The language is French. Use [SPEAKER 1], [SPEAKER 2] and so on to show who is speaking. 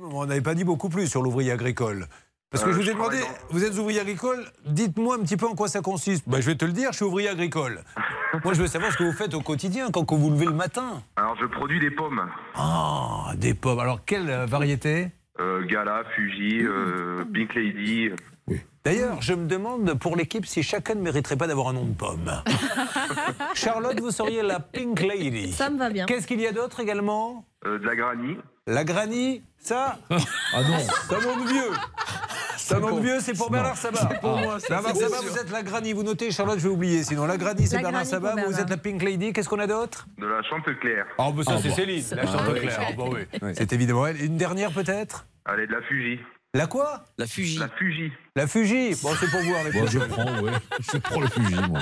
[SPEAKER 1] on n'avait pas dit beaucoup plus sur l'ouvrier agricole. Parce que
[SPEAKER 2] Euh,
[SPEAKER 1] je vous
[SPEAKER 2] je
[SPEAKER 1] ai demandé,
[SPEAKER 2] travaille
[SPEAKER 1] vous êtes ouvrier agricole, dites-moi un petit peu en quoi ça consiste. Bah, je vais te le dire, je suis ouvrier agricole. Moi, je veux savoir ce que vous faites au quotidien quand vous vous levez le matin.
[SPEAKER 2] Alors, je produis des pommes.
[SPEAKER 1] Ah, des pommes. Alors, quelle euh, variété
[SPEAKER 2] Euh, Gala, Fuji, euh, Pink Lady.
[SPEAKER 1] D'ailleurs, je me demande pour l'équipe si chacun ne mériterait pas d'avoir un nom de pomme. Charlotte, vous seriez la Pink Lady.
[SPEAKER 3] Ça me va bien.
[SPEAKER 1] Qu'est-ce qu'il y a d'autre également
[SPEAKER 2] euh, de la Granny.
[SPEAKER 1] La Granny, ça
[SPEAKER 4] Ah non.
[SPEAKER 1] Ça monte vieux Ça monte vieux, c'est pour Bernard Sabat. C'est pour moi, Bernard Sabat, vous êtes la Granny. Vous notez, Charlotte, je vais oublier. Sinon, la Granny, c'est
[SPEAKER 3] La
[SPEAKER 1] Bernard
[SPEAKER 3] Granny
[SPEAKER 1] Sabat.
[SPEAKER 3] pour
[SPEAKER 1] Vous,
[SPEAKER 3] Bernard.
[SPEAKER 1] êtes la Pink Lady. Qu'est-ce qu'on a d'autre
[SPEAKER 2] De la Chanteclair.
[SPEAKER 1] Oh, bah ça,
[SPEAKER 4] Ah,
[SPEAKER 1] c'est
[SPEAKER 4] bon.
[SPEAKER 1] Céline, la
[SPEAKER 5] oui.
[SPEAKER 1] Claire. Ah, bah C'est évidemment elle. Une dernière, peut-être
[SPEAKER 2] Allez, de la Fuji.
[SPEAKER 1] La quoi
[SPEAKER 5] La Fuji.
[SPEAKER 2] La Fuji.
[SPEAKER 1] La Fuji. Bon, c'est pour vous, avec
[SPEAKER 4] Bon, je prends, ouais. Je prends le fusil, moi.